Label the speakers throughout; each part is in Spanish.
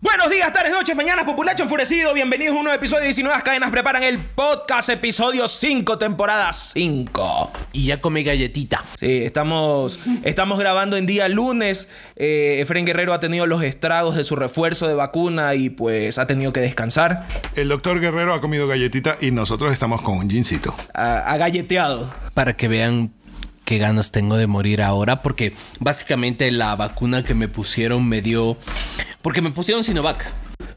Speaker 1: Buenos días, tardes, noches, mañanas, populacho enfurecido. Bienvenidos a un nuevo episodio de 19 cadenas preparan el podcast, episodio 5, temporada 5.
Speaker 2: Y ya come galletita.
Speaker 1: Sí, estamos, estamos grabando en día lunes. Eh, Efren Guerrero ha tenido los estragos de su refuerzo de vacuna y pues ha tenido que descansar.
Speaker 3: El doctor Guerrero ha comido galletita y nosotros estamos con un gincito.
Speaker 1: Ha, ha galleteado.
Speaker 2: Para que vean qué ganas tengo de morir ahora, porque básicamente la vacuna que me pusieron me dio. Porque me pusieron Sinovac.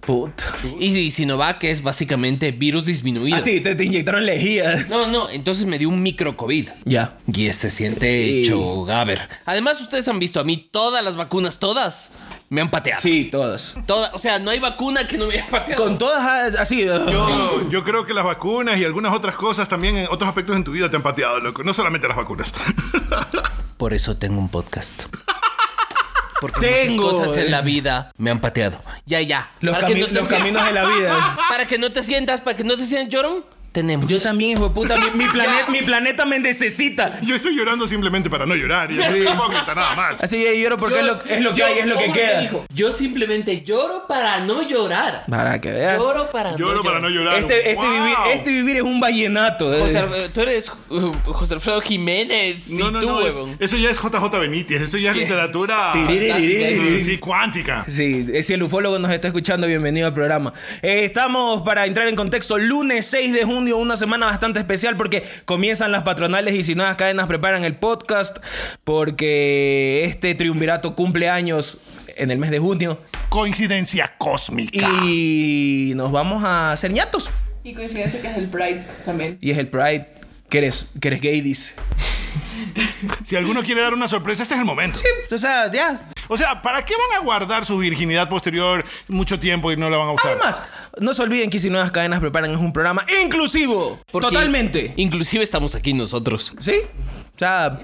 Speaker 1: Put.
Speaker 2: Y, y Sinovac es básicamente virus disminuido.
Speaker 1: Ah, sí, te, te inyectaron lejía.
Speaker 2: No, no, entonces me dio un micro COVID.
Speaker 1: Ya.
Speaker 2: Y se siente
Speaker 1: Y-
Speaker 2: hecho gaber. Además, ustedes han visto a mí todas las vacunas, todas me han pateado.
Speaker 1: Sí, todas.
Speaker 2: Toda- o sea, no hay vacuna que no me haya pateado.
Speaker 1: Con todas ha- así.
Speaker 3: Yo, yo creo que las vacunas y algunas otras cosas también, en otros aspectos en tu vida te han pateado, loco. No solamente las vacunas.
Speaker 2: Por eso tengo un podcast. Porque
Speaker 1: Tengo,
Speaker 2: muchas cosas
Speaker 1: eh.
Speaker 2: en la vida me han pateado. Ya, ya.
Speaker 1: Los,
Speaker 2: Para que
Speaker 1: cami-
Speaker 2: no te
Speaker 1: los
Speaker 2: sien-
Speaker 1: caminos de la vida.
Speaker 2: Para que no te sientas, para que no te sientas llorón, tenemos.
Speaker 1: Yo también, hijo de puta. Mi, mi plane-
Speaker 2: Ya.
Speaker 1: mi planeta me necesita.
Speaker 3: Yo estoy llorando simplemente para no llorar y así hipócrita nada más.
Speaker 1: Así que lloro porque
Speaker 2: Yo-
Speaker 1: es, lo, es lo que
Speaker 2: yo-
Speaker 1: hay, es lo que
Speaker 2: ¿cómo te
Speaker 1: queda.
Speaker 2: dijo? Yo simplemente lloro para no llorar.
Speaker 1: Para que veas.
Speaker 2: Lloro para
Speaker 3: Lloro
Speaker 2: no
Speaker 3: para no
Speaker 2: llorar.
Speaker 3: llorar.
Speaker 1: Este, este
Speaker 3: ¡Wow!
Speaker 1: vivir, este vivir es un vallenato. eh.
Speaker 2: José Alfredo- tú eres uh, José Alfredo Jiménez.
Speaker 3: No,
Speaker 2: y
Speaker 3: no,
Speaker 2: tú,
Speaker 3: no. es-
Speaker 2: huevón.
Speaker 3: eso ya es JJ Benítez. Eso ya
Speaker 2: Sí,
Speaker 3: es
Speaker 2: es.
Speaker 3: literatura.
Speaker 2: ah,
Speaker 3: eh,
Speaker 1: Tiriri,
Speaker 2: eh.
Speaker 1: tiriri.
Speaker 3: Sí, cuántica.
Speaker 1: Sí, eh, si el ufólogo nos está escuchando, bienvenido al programa. Eh, estamos para entrar en contexto lunes 6 de junio, una semana bastante especial porque comienzan las patronales y si nuevas cadenas preparan el podcast porque este triunvirato cumple años en el mes de junio
Speaker 3: Coincidencia cósmica.
Speaker 1: y nos vamos a hacer ñatos.
Speaker 4: Y coincidencia que es el Pride también.
Speaker 1: Y es el Pride. Que eres, que eres gay, dice.
Speaker 3: Si alguno quiere dar una sorpresa, este es el momento.
Speaker 1: O sea, ya.
Speaker 3: O sea, ¿para qué van a guardar su virginidad posterior mucho tiempo y no la van a usar?
Speaker 1: Además, no se olviden que si nuevas cadenas preparan es un programa inclusivo.
Speaker 2: Porque
Speaker 1: Totalmente.
Speaker 2: Inclusive estamos aquí nosotros.
Speaker 1: ¿Sí? O sea,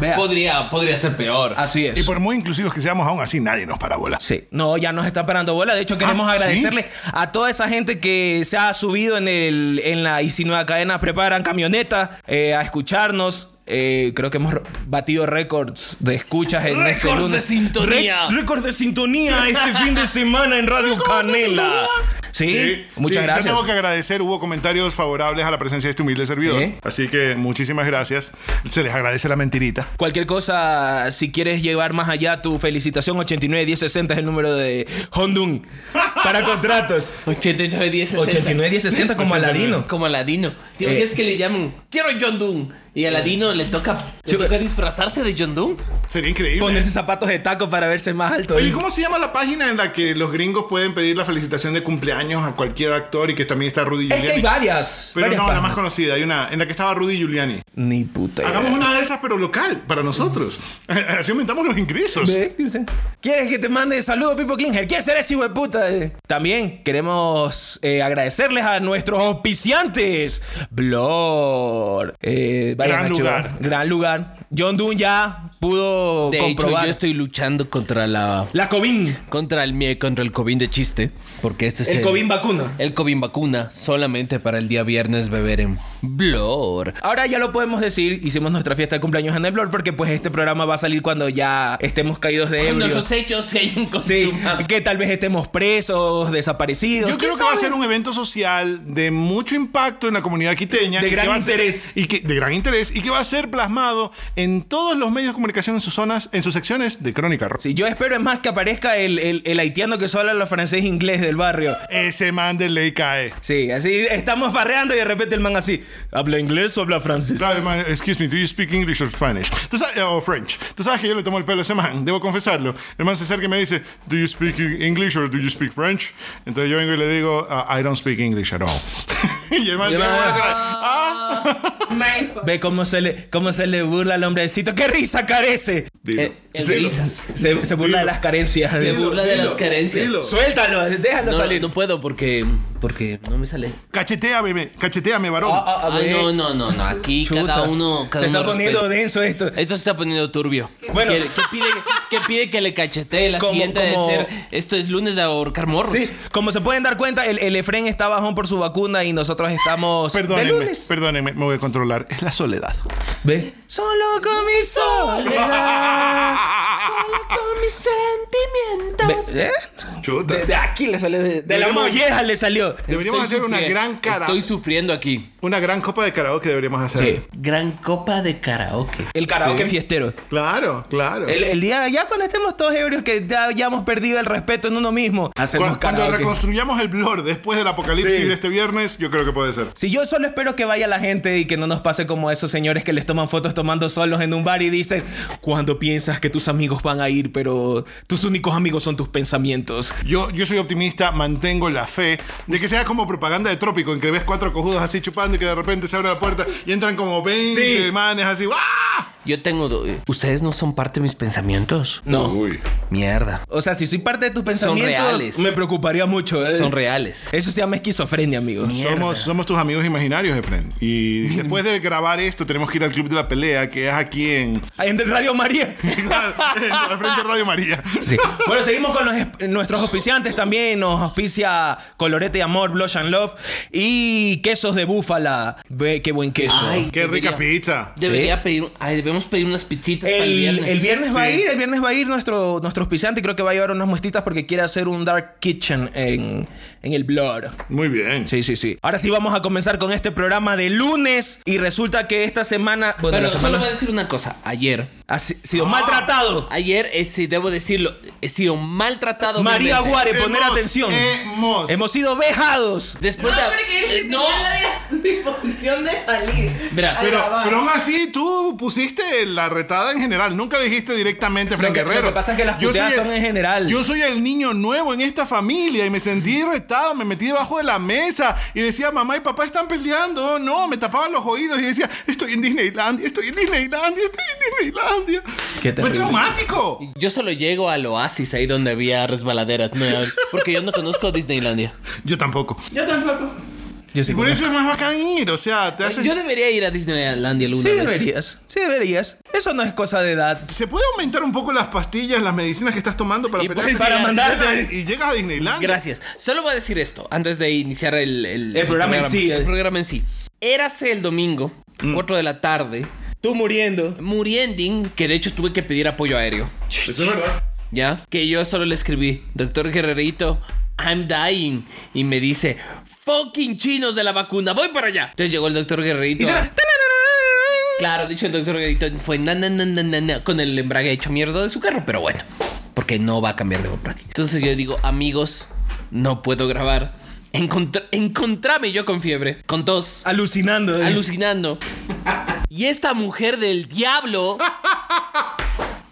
Speaker 1: vea.
Speaker 2: Podría, podría ser peor.
Speaker 1: Así es.
Speaker 3: Y por muy inclusivos que seamos, aún así nadie nos para bola.
Speaker 1: Sí, no, ya nos está parando bola. De hecho, queremos
Speaker 3: Ah, ¿sí?
Speaker 1: agradecerle a toda esa gente que se ha subido en, el, en la IC Nueva Cadena Preparan Camioneta eh, a escucharnos. Eh, creo que hemos ro- batido récords de escuchas en este
Speaker 2: Récords de
Speaker 1: lunes.
Speaker 2: sintonía.
Speaker 1: Re- récords de sintonía este fin de semana en Radio Canela. Sí, muchas
Speaker 3: Sí, Yo
Speaker 1: gracias.
Speaker 3: tengo que agradecer, hubo comentarios favorables a la presencia de este humilde servidor.
Speaker 1: Sí.
Speaker 3: Así que muchísimas gracias. Se les agradece la mentirita.
Speaker 1: Cualquier cosa, si quieres llevar más allá tu felicitación 891060 es el número de Hondun para contratos.
Speaker 2: 89 10
Speaker 1: 891060 como Aladino.
Speaker 2: Como Aladino. Tío,
Speaker 1: Eh.
Speaker 2: es que le llaman, quiero a John Doon. Y a Aladino le toca, le
Speaker 1: Sí,
Speaker 2: toca
Speaker 1: eh.
Speaker 2: disfrazarse de John Doon.
Speaker 3: Sería increíble.
Speaker 1: Ponerse zapatos de taco para verse más alto.
Speaker 3: Oye, ¿cómo se llama la página en la que los gringos pueden pedir la felicitación de cumpleaños a cualquier actor y que también está Rudy
Speaker 1: Es
Speaker 3: Giuliani?
Speaker 1: que hay varias.
Speaker 3: Pero
Speaker 1: varias
Speaker 3: no, la
Speaker 1: páginas. Eh.
Speaker 3: más conocida. Hay una en la que estaba Rudy Giuliani.
Speaker 1: Ni puta. idea.
Speaker 3: Hagamos una de esas, pero local, para nosotros. Así aumentamos los ingresos.
Speaker 1: Ve, dice. ¿Quieres que te mande saludos, Pipo Klinger? ¿Quieres ser ese hueputa? Eh, También queremos eh, agradecerles a nuestros auspiciantes. Blor. Eh, vayan
Speaker 3: Gran
Speaker 1: a chupar.
Speaker 3: lugar.
Speaker 1: Gran lugar. John Doon ya pudo
Speaker 2: De
Speaker 1: comprobar.
Speaker 2: hecho, yo estoy luchando contra la...
Speaker 1: La COVID.
Speaker 2: Contra el mie- contra el COVID de chiste. Porque este es
Speaker 1: El COVID vacuna.
Speaker 2: El COVID vacuna solamente para el día viernes beber en Blor.
Speaker 1: Ahora ya lo podemos decir, hicimos nuestra fiesta de cumpleaños en el blog porque pues este programa va a salir cuando ya estemos caídos de
Speaker 2: Cuando
Speaker 1: ebrio.
Speaker 2: los hechos se hayan
Speaker 1: Sí,
Speaker 2: consumado.
Speaker 1: que tal vez estemos presos, desaparecidos.
Speaker 3: Yo
Speaker 1: ¿Quién
Speaker 3: creo que va a
Speaker 1: sabe?
Speaker 3: ser un evento social de mucho impacto en la comunidad quiteña.
Speaker 1: De
Speaker 3: y que
Speaker 1: gran
Speaker 3: va a ser-
Speaker 1: interés.
Speaker 3: y que, de gran interés. Y que va a ser plasmado en todos los medios de comunicación en sus zonas, en sus secciones de Crónica Rock.
Speaker 1: Sí, yo espero es más que aparezca el, el- el haitiano que solo habla francés e inglés del barrio.
Speaker 3: Ese man de ley cae.
Speaker 1: Sí, así estamos farreando y de repente el man así, ¿habla inglés o habla francés?
Speaker 3: Claro, man, excuse me, do you speak English or Spanish? Tú sabes, o French. Tú sabes que yo le tomo el pelo a ese man, debo confesarlo. El man se acerca y me dice, do you speak English or do you speak French? Entonces yo vengo y le digo, "Ah, I don't speak English at all. y el man se "Ah".
Speaker 1: Y el
Speaker 3: me
Speaker 1: man-
Speaker 3: ah.
Speaker 4: Mindful.
Speaker 1: Ve cómo se, le, cómo se le burla al hombrecito. ¡Qué risa carece!
Speaker 3: Dilo.
Speaker 1: Eh,
Speaker 2: Egoístas.
Speaker 1: Se, se burla de las carencias.
Speaker 2: Se
Speaker 1: Dilo.
Speaker 2: burla de las carencias.
Speaker 3: dilo.
Speaker 1: Suéltalo, déjalo
Speaker 2: No,
Speaker 1: salir.
Speaker 2: no puedo porque, porque no me sale.
Speaker 3: Cachetea, bebé. Cacheteame, varón.
Speaker 1: Ah, ah, a
Speaker 2: Ay,
Speaker 1: ver.
Speaker 2: no, no, no, no. Aquí
Speaker 1: Chuta.
Speaker 2: cada uno. cada
Speaker 1: se está
Speaker 2: uno
Speaker 1: poniendo
Speaker 2: respeta.
Speaker 1: denso esto.
Speaker 2: Esto se está poniendo turbio.
Speaker 1: Bueno.
Speaker 2: Que, que pide, que pide que le cachetee la
Speaker 1: Como-
Speaker 2: siguiente
Speaker 1: como-
Speaker 2: de ser. Esto es lunes de ahorcar morros.
Speaker 1: Sí, como se pueden dar cuenta, el, el Efren está bajón por su vacuna y nosotros estamos de
Speaker 3: Perdónenme,
Speaker 1: lunes.
Speaker 3: perdónenme, me voy a controlar. Es la soledad.
Speaker 1: ¿Ve? Solo con mi soledad. Ah. ¿Ve? ¿Eh?
Speaker 3: Chuta.
Speaker 1: De, de aquí le salió. De, de la
Speaker 3: Deberíamos-
Speaker 1: molleja le salió.
Speaker 3: Deberíamos
Speaker 2: Estoy
Speaker 3: hacer una
Speaker 2: sufri-
Speaker 3: gran cara.
Speaker 2: Estoy sufriendo aquí.
Speaker 3: Una gran copa de karaoke deberíamos hacer.
Speaker 1: Sí.
Speaker 2: Gran copa de karaoke.
Speaker 1: El karaoke
Speaker 3: Sí.
Speaker 1: fiestero.
Speaker 3: Claro, claro.
Speaker 1: El, el día, ya cuando estemos todos ebrios, que ya hayamos perdido el respeto en uno mismo, hacemos
Speaker 3: Cuando, cuando
Speaker 1: karaoke.
Speaker 3: reconstruyamos el blur después del apocalipsis
Speaker 1: Sí.
Speaker 3: de este viernes, yo creo que puede ser.
Speaker 1: Si yo solo espero que vaya la gente y que no nos pase como a esos señores que les toman fotos tomando solos en un bar y dicen, cuando piensas que tus amigos van a ir, pero tus únicos amigos son tus pensamientos.
Speaker 3: Yo, yo soy optimista, mantengo la fe de que sea como propaganda de trópico, en que ves cuatro cojudos así chupando y que de repente se abre la puerta y entran como 20
Speaker 1: Sí.
Speaker 3: manes así. ¡Ah!
Speaker 2: Yo tengo. do- ¿Ustedes no son parte de mis pensamientos?
Speaker 1: No.
Speaker 3: Uy.
Speaker 2: Mierda.
Speaker 1: O sea, si soy parte de tus pensamientos,
Speaker 2: reales.
Speaker 1: me preocuparía mucho. eh.
Speaker 2: Son Mm. reales.
Speaker 1: Eso se llama esquizofrenia, amigos.
Speaker 3: Somos, somos tus amigos imaginarios, Efren. Y después de grabar esto, tenemos que ir al Club de la Pelea, que es aquí en.
Speaker 1: Ahí en Radio María.
Speaker 3: al frente de Radio María.
Speaker 1: Sí. Bueno, seguimos con los esp- nuestros auspiciantes también. Nos auspicia Colorete y Amor, Blush and Love y quesos de búfala. Ve, qué buen queso.
Speaker 2: Ay,
Speaker 3: Qué rica pizza.
Speaker 2: Debería pedir. Ay, debemos pedir unas pizzitas para el
Speaker 1: El,
Speaker 2: viernes.
Speaker 1: el viernes va a
Speaker 3: Sí.
Speaker 1: ir, el viernes va a ir nuestro, nuestro auspiciante. Creo que va a llevar unas muestitas porque quiere hacer un Dark Kitchen en, en el blog.
Speaker 3: Muy bien.
Speaker 1: Sí, sí, sí. Ahora sí vamos a comenzar con este programa de lunes. Y resulta que esta semana. Bueno,
Speaker 2: Pero
Speaker 1: la
Speaker 2: solo voy a
Speaker 1: semana
Speaker 2: decir una cosa. Ayer.
Speaker 1: ha si- sido maltratado.
Speaker 2: Ayer, eh, sí, debo decirlo, he sido maltratado.
Speaker 1: María
Speaker 2: obviamente.
Speaker 1: Guare, poner
Speaker 3: Hemos-
Speaker 1: atención.
Speaker 3: hemos-
Speaker 1: Hemos sido vejados.
Speaker 2: Después
Speaker 4: No,
Speaker 2: de.
Speaker 4: porque él sí
Speaker 2: eh,
Speaker 4: tenía
Speaker 2: no.
Speaker 4: la di- disposición de salir.
Speaker 2: Verás.
Speaker 4: A
Speaker 3: Pero,
Speaker 4: grabar.
Speaker 3: pero aún así tú pusiste la retada en general. Nunca dijiste directamente Fran
Speaker 1: que-
Speaker 3: Guerrero.
Speaker 1: lo que pasa es que las
Speaker 3: Yo soy
Speaker 1: puteadas
Speaker 3: el-
Speaker 1: son en general.
Speaker 3: Yo soy el niño nuevo en esta familia y me sentí retado. Me metí debajo de la mesa y decía, mamá y papá están peleando. Oh, no, me tapaban los oídos y decía, estoy en Disneylandia, estoy en Disneylandia, estoy en Disneylandia.
Speaker 1: Qué
Speaker 3: Fue
Speaker 1: terrible.
Speaker 3: traumático.
Speaker 2: Yo solo llego al oasis, ahí donde había resbaladeras. No, porque yo no conozco Disneylandia.
Speaker 3: Yo tampoco.
Speaker 4: Yo tampoco.
Speaker 1: Yo sí.
Speaker 3: Por eso es más bacán ir. O sea, te haces...
Speaker 2: Eh, Yo debería ir a Disneylandia alguna
Speaker 1: Sí
Speaker 2: vez.
Speaker 1: deberías, sí deberías. Eso no es cosa de edad.
Speaker 3: ¿Se puede aumentar un poco las pastillas, las medicinas que estás tomando para
Speaker 2: Y
Speaker 3: pelear?
Speaker 2: puedes
Speaker 1: Para
Speaker 2: ir a-
Speaker 1: mandarte.
Speaker 3: Y llegas a Disneylandia.
Speaker 2: Gracias. Solo voy a decir esto antes de iniciar el,
Speaker 1: El programa en sí, eh. Mm.
Speaker 2: El programa en sí. Érase el domingo, 4 de la tarde,
Speaker 1: Tú muriendo.
Speaker 2: muriending, que de hecho tuve que pedir apoyo aéreo.
Speaker 3: Eso es verdad.
Speaker 2: ¿Ya? Que yo solo le escribí, doctor Guerrerito, I'm dying. Y me dice, fucking chinos de la vacuna, voy para allá. Entonces llegó el doctor
Speaker 1: Y
Speaker 2: Guerrerito.
Speaker 1: suena-
Speaker 2: Claro, dicho el doctor Guerrerito fue na, na, na, na, na, na, con el embrague hecho mierda de su carro, pero bueno, porque no va a cambiar de embrague. Entonces yo digo, amigos, no puedo grabar. Encontra- encontrame yo con fiebre, con tos,
Speaker 1: Alucinando. eh.
Speaker 2: alucinando. Y esta mujer del diablo.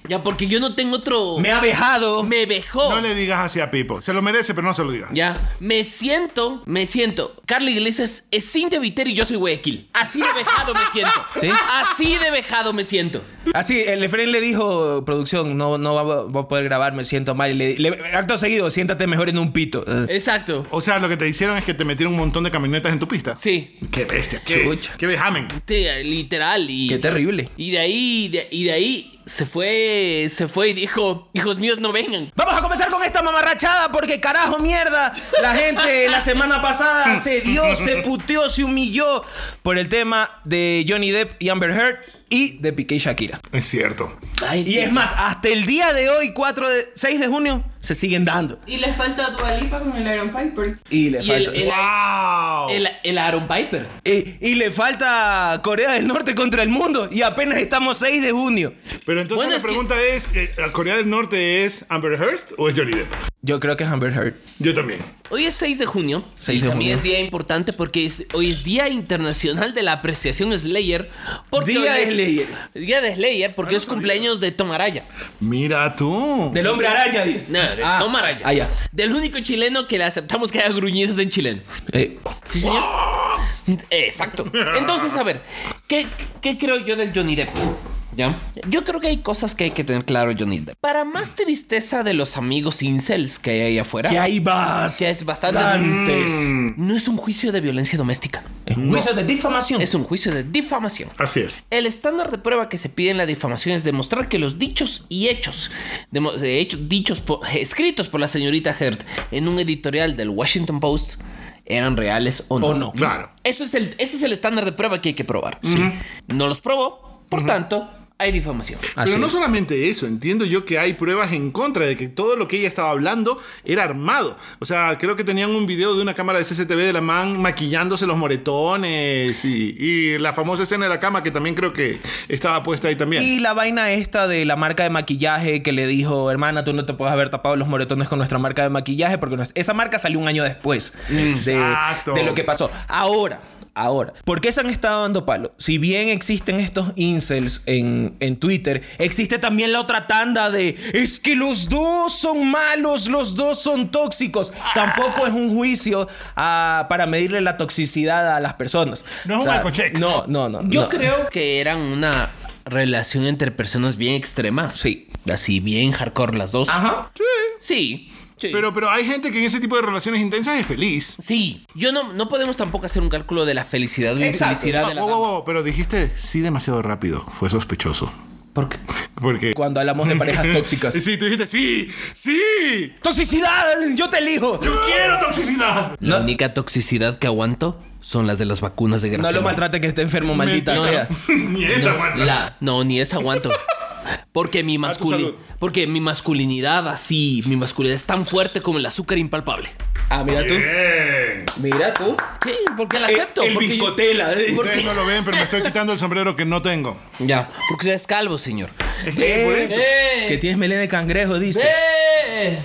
Speaker 2: Ya, porque yo no tengo otro.
Speaker 1: Me ha vejado.
Speaker 2: Me vejó.
Speaker 3: No le digas así a Pipo. Se lo merece, pero no se lo digas.
Speaker 2: Ya, me siento, me siento. Carly Iglesias es Cintia Viteri y yo soy Guayaquil. Así de vejado me siento.
Speaker 1: ¿Sí?
Speaker 2: Así de vejado me siento.
Speaker 1: Así, el Efren le dijo, producción, no, no va, va a poder grabar, me siento mal. Y le- le- acto seguido, siéntate mejor en un pito. Eh.
Speaker 2: Exacto.
Speaker 3: O sea, lo que te hicieron es que te metieron un montón de camionetas en tu pista.
Speaker 2: Sí.
Speaker 3: Qué bestia. Qué,
Speaker 1: Chucha.
Speaker 3: qué vejamen.
Speaker 2: Te- literal. Y,
Speaker 1: Qué terrible.
Speaker 2: Y de ahí, de- y de ahí se fue, se fue y dijo, hijos míos, no vengan.
Speaker 1: Vamos a comenzar con esta mamarrachada porque carajo mierda, la gente la semana pasada se dio, se puteó, se humilló por el tema de Johnny Depp y Amber Heard y de Piqué y Shakira.
Speaker 3: Es cierto.
Speaker 2: Ay,
Speaker 1: Y es más, hasta el día de hoy, 4 de, 6 de junio, se siguen dando.
Speaker 4: Y le falta Dualipa con el Iron Piper.
Speaker 1: Y le
Speaker 2: Y
Speaker 1: falta...
Speaker 2: el-
Speaker 3: ¡Wow!
Speaker 2: el, el Aaron Piper.
Speaker 1: Y, y le falta Corea del Norte contra el mundo. Y apenas estamos 6 de junio.
Speaker 3: Pero entonces
Speaker 2: Bueno,
Speaker 3: la
Speaker 2: es que-
Speaker 3: pregunta es, eh, ¿la ¿Corea del Norte es Amber Heard o es Johnny Depp?
Speaker 1: Yo creo que es Amber Heard.
Speaker 3: Yo también.
Speaker 2: Hoy es 6 de junio
Speaker 1: 6
Speaker 2: y
Speaker 1: de
Speaker 2: también
Speaker 1: junio.
Speaker 2: es día importante porque es- hoy es Día Internacional de la Apreciación Slayer. Porque
Speaker 1: Día
Speaker 2: hoy es-
Speaker 1: de Slayer. Ah,
Speaker 2: Día de Slayer porque es cumpleaños de Tom Araya.
Speaker 3: Mira tú.
Speaker 1: Del hombre araña, dice.
Speaker 2: No, de
Speaker 1: Ah,
Speaker 2: Tom Araya.
Speaker 1: Ah, ya.
Speaker 2: Del único chileno que le aceptamos que haga gruñidos en chileno.
Speaker 1: Eh,
Speaker 2: Sí, señor. Exacto. Entonces, a ver, ¿qué, qué creo yo del Johnny Depp? ¿Ya? Yo creo que hay cosas que hay que tener claro, Johnny Depp. Para más tristeza de los amigos incels que hay ahí afuera,
Speaker 1: Que hay vas.
Speaker 2: Que es bastante-
Speaker 1: Antes.
Speaker 2: no es un juicio de violencia doméstica.
Speaker 1: Es un juicio de difamación.
Speaker 2: Es un juicio de difamación.
Speaker 3: Así es.
Speaker 2: El estándar de prueba que se pide en la difamación es demostrar que los dichos y hechos, demo- de hecho, dichos po- eh, escritos por la señorita Hert en un editorial del Washington Post eran reales o no.
Speaker 1: O no.
Speaker 3: Claro.
Speaker 2: Eso es el, ese es el estándar de prueba que hay que probar. Ujú. No los probó, por tanto, hay difamación.
Speaker 1: Así
Speaker 3: Pero no
Speaker 1: es.
Speaker 3: solamente eso, entiendo yo que hay pruebas en contra de que todo lo que ella estaba hablando era armado. O sea, creo que tenían un video de una cámara de CCTV de la man maquillándose los moretones y, y la famosa escena de la cama que también creo que estaba puesta ahí también.
Speaker 1: Y la vaina esta de la marca de maquillaje que le dijo, hermana, tú no te puedes haber tapado los moretones con nuestra marca de maquillaje porque nos- esa marca salió un año después de,
Speaker 3: Exacto.
Speaker 1: de lo que pasó. Ahora, ahora, ¿por qué se han estado dando palo? Si bien existen estos incels en, en Twitter, existe también la otra tanda de, es que los dos son malos, los dos son tóxicos. Tampoco es un juicio ah, para medirle la toxicidad a las personas.
Speaker 3: No es un Michael Check.
Speaker 1: No, no, no.
Speaker 2: Yo
Speaker 1: no.
Speaker 2: creo que eran una relación entre personas bien extremas.
Speaker 1: Sí.
Speaker 2: Así, bien hardcore las dos.
Speaker 1: Ajá.
Speaker 2: Sí. sí.
Speaker 3: Pero, pero hay gente que en ese tipo de relaciones intensas es feliz.
Speaker 2: Sí, yo no, no podemos tampoco hacer un cálculo de la felicidad o
Speaker 1: Exacto.
Speaker 2: infelicidad de la
Speaker 3: Ah, wow,
Speaker 2: dama.
Speaker 3: wow, wow, pero dijiste sí demasiado rápido. Fue sospechoso.
Speaker 2: ¿Por qué?
Speaker 3: Porque.
Speaker 1: Cuando hablamos de parejas tóxicas.
Speaker 3: Sí, tú dijiste sí, sí.
Speaker 1: ¡Toxicidad! ¡Yo te elijo!
Speaker 3: Yo quiero toxicidad.
Speaker 2: La única toxicidad que aguanto son las de las vacunas de
Speaker 1: No
Speaker 2: grafeno.
Speaker 1: lo maltrate que esté enfermo, maldita
Speaker 3: Mentira.
Speaker 1: sea.
Speaker 3: Ni esa aguanta.
Speaker 2: La- no, ni esa aguanto. Porque mi,
Speaker 3: A tu
Speaker 2: masculi-
Speaker 3: salud.
Speaker 2: porque mi masculinidad así, mi masculinidad es tan fuerte como el azúcar impalpable.
Speaker 1: Ah, mira tú.
Speaker 3: Bien.
Speaker 1: Mira tú.
Speaker 2: Sí, porque la acepto.
Speaker 1: El,
Speaker 2: porque yo-
Speaker 1: biscotela. eh.
Speaker 2: ¿Por
Speaker 3: Ustedes
Speaker 2: qué?
Speaker 3: no lo ven, pero me estoy quitando el sombrero que no tengo.
Speaker 2: ya, porque usted es calvo, señor.
Speaker 1: Eh,
Speaker 2: Eh,
Speaker 1: Que tienes melena de cangrejo, dice.
Speaker 2: eh.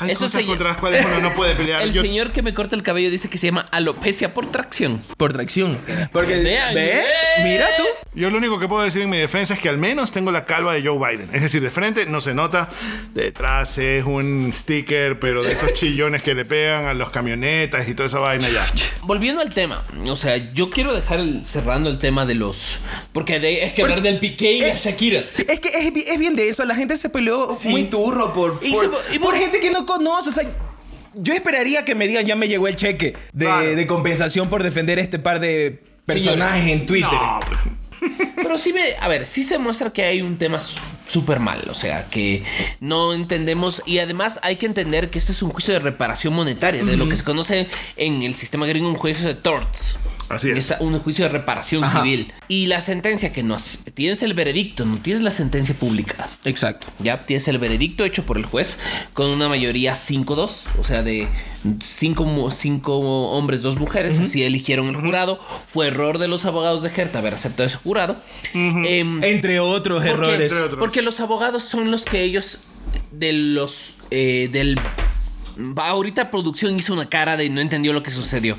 Speaker 3: Hay
Speaker 2: Eso
Speaker 3: cosas
Speaker 2: se-
Speaker 3: contra las cuales uno no puede pelear.
Speaker 2: El
Speaker 3: Yo-
Speaker 2: señor que me corta el cabello dice que se llama alopecia por tracción.
Speaker 1: Por tracción. Porque.
Speaker 2: Vean,
Speaker 1: ¿Ve?
Speaker 2: eh.
Speaker 1: Mira tú.
Speaker 3: Yo lo único que puedo decir en mi defensa es que al menos tengo la calva de Joe Biden. Es decir, de frente no se nota, detrás es un sticker, pero de esos chillones que le pegan a los camionetas y toda esa vaina ya.
Speaker 2: Volviendo al tema, o sea, yo quiero dejar el- cerrando el tema de los. Porque de- es que hablar del Piqué y las Shakiras.
Speaker 1: Sí, es que es, bi- es bien de eso. La gente se peleó muy turro por,
Speaker 2: Y
Speaker 1: por,
Speaker 2: se- y
Speaker 1: por
Speaker 2: por-
Speaker 1: gente que no conoce. O sea, yo esperaría que me digan, ya me llegó el cheque de,
Speaker 3: Claro.
Speaker 1: de compensación por defender este par de personajes en Twitter.
Speaker 3: No, pues,
Speaker 2: Pero sí me. A ver, sí se muestra que hay un tema su- súper mal. O sea, que no entendemos. Y además hay que entender que este es un juicio de reparación monetaria, de lo que se conoce en el sistema gringo un juicio de torts.
Speaker 3: Así es.
Speaker 2: un juicio de reparación civil. Y la sentencia que no has- tienes el veredicto, no tienes la sentencia pública.
Speaker 1: Exacto.
Speaker 2: Ya tienes el veredicto hecho por el juez con una mayoría 5-2, o sea, de 5 hombres, 2 mujeres, así eligieron el jurado. Fue error de los abogados de Hertha haber aceptado ese jurado. Em,
Speaker 1: Entre otros
Speaker 2: porque-
Speaker 1: errores.
Speaker 3: Entre otros.
Speaker 2: Porque los abogados son los que ellos de los eh, del va, ahorita producción hizo una cara de no entendió lo que sucedió.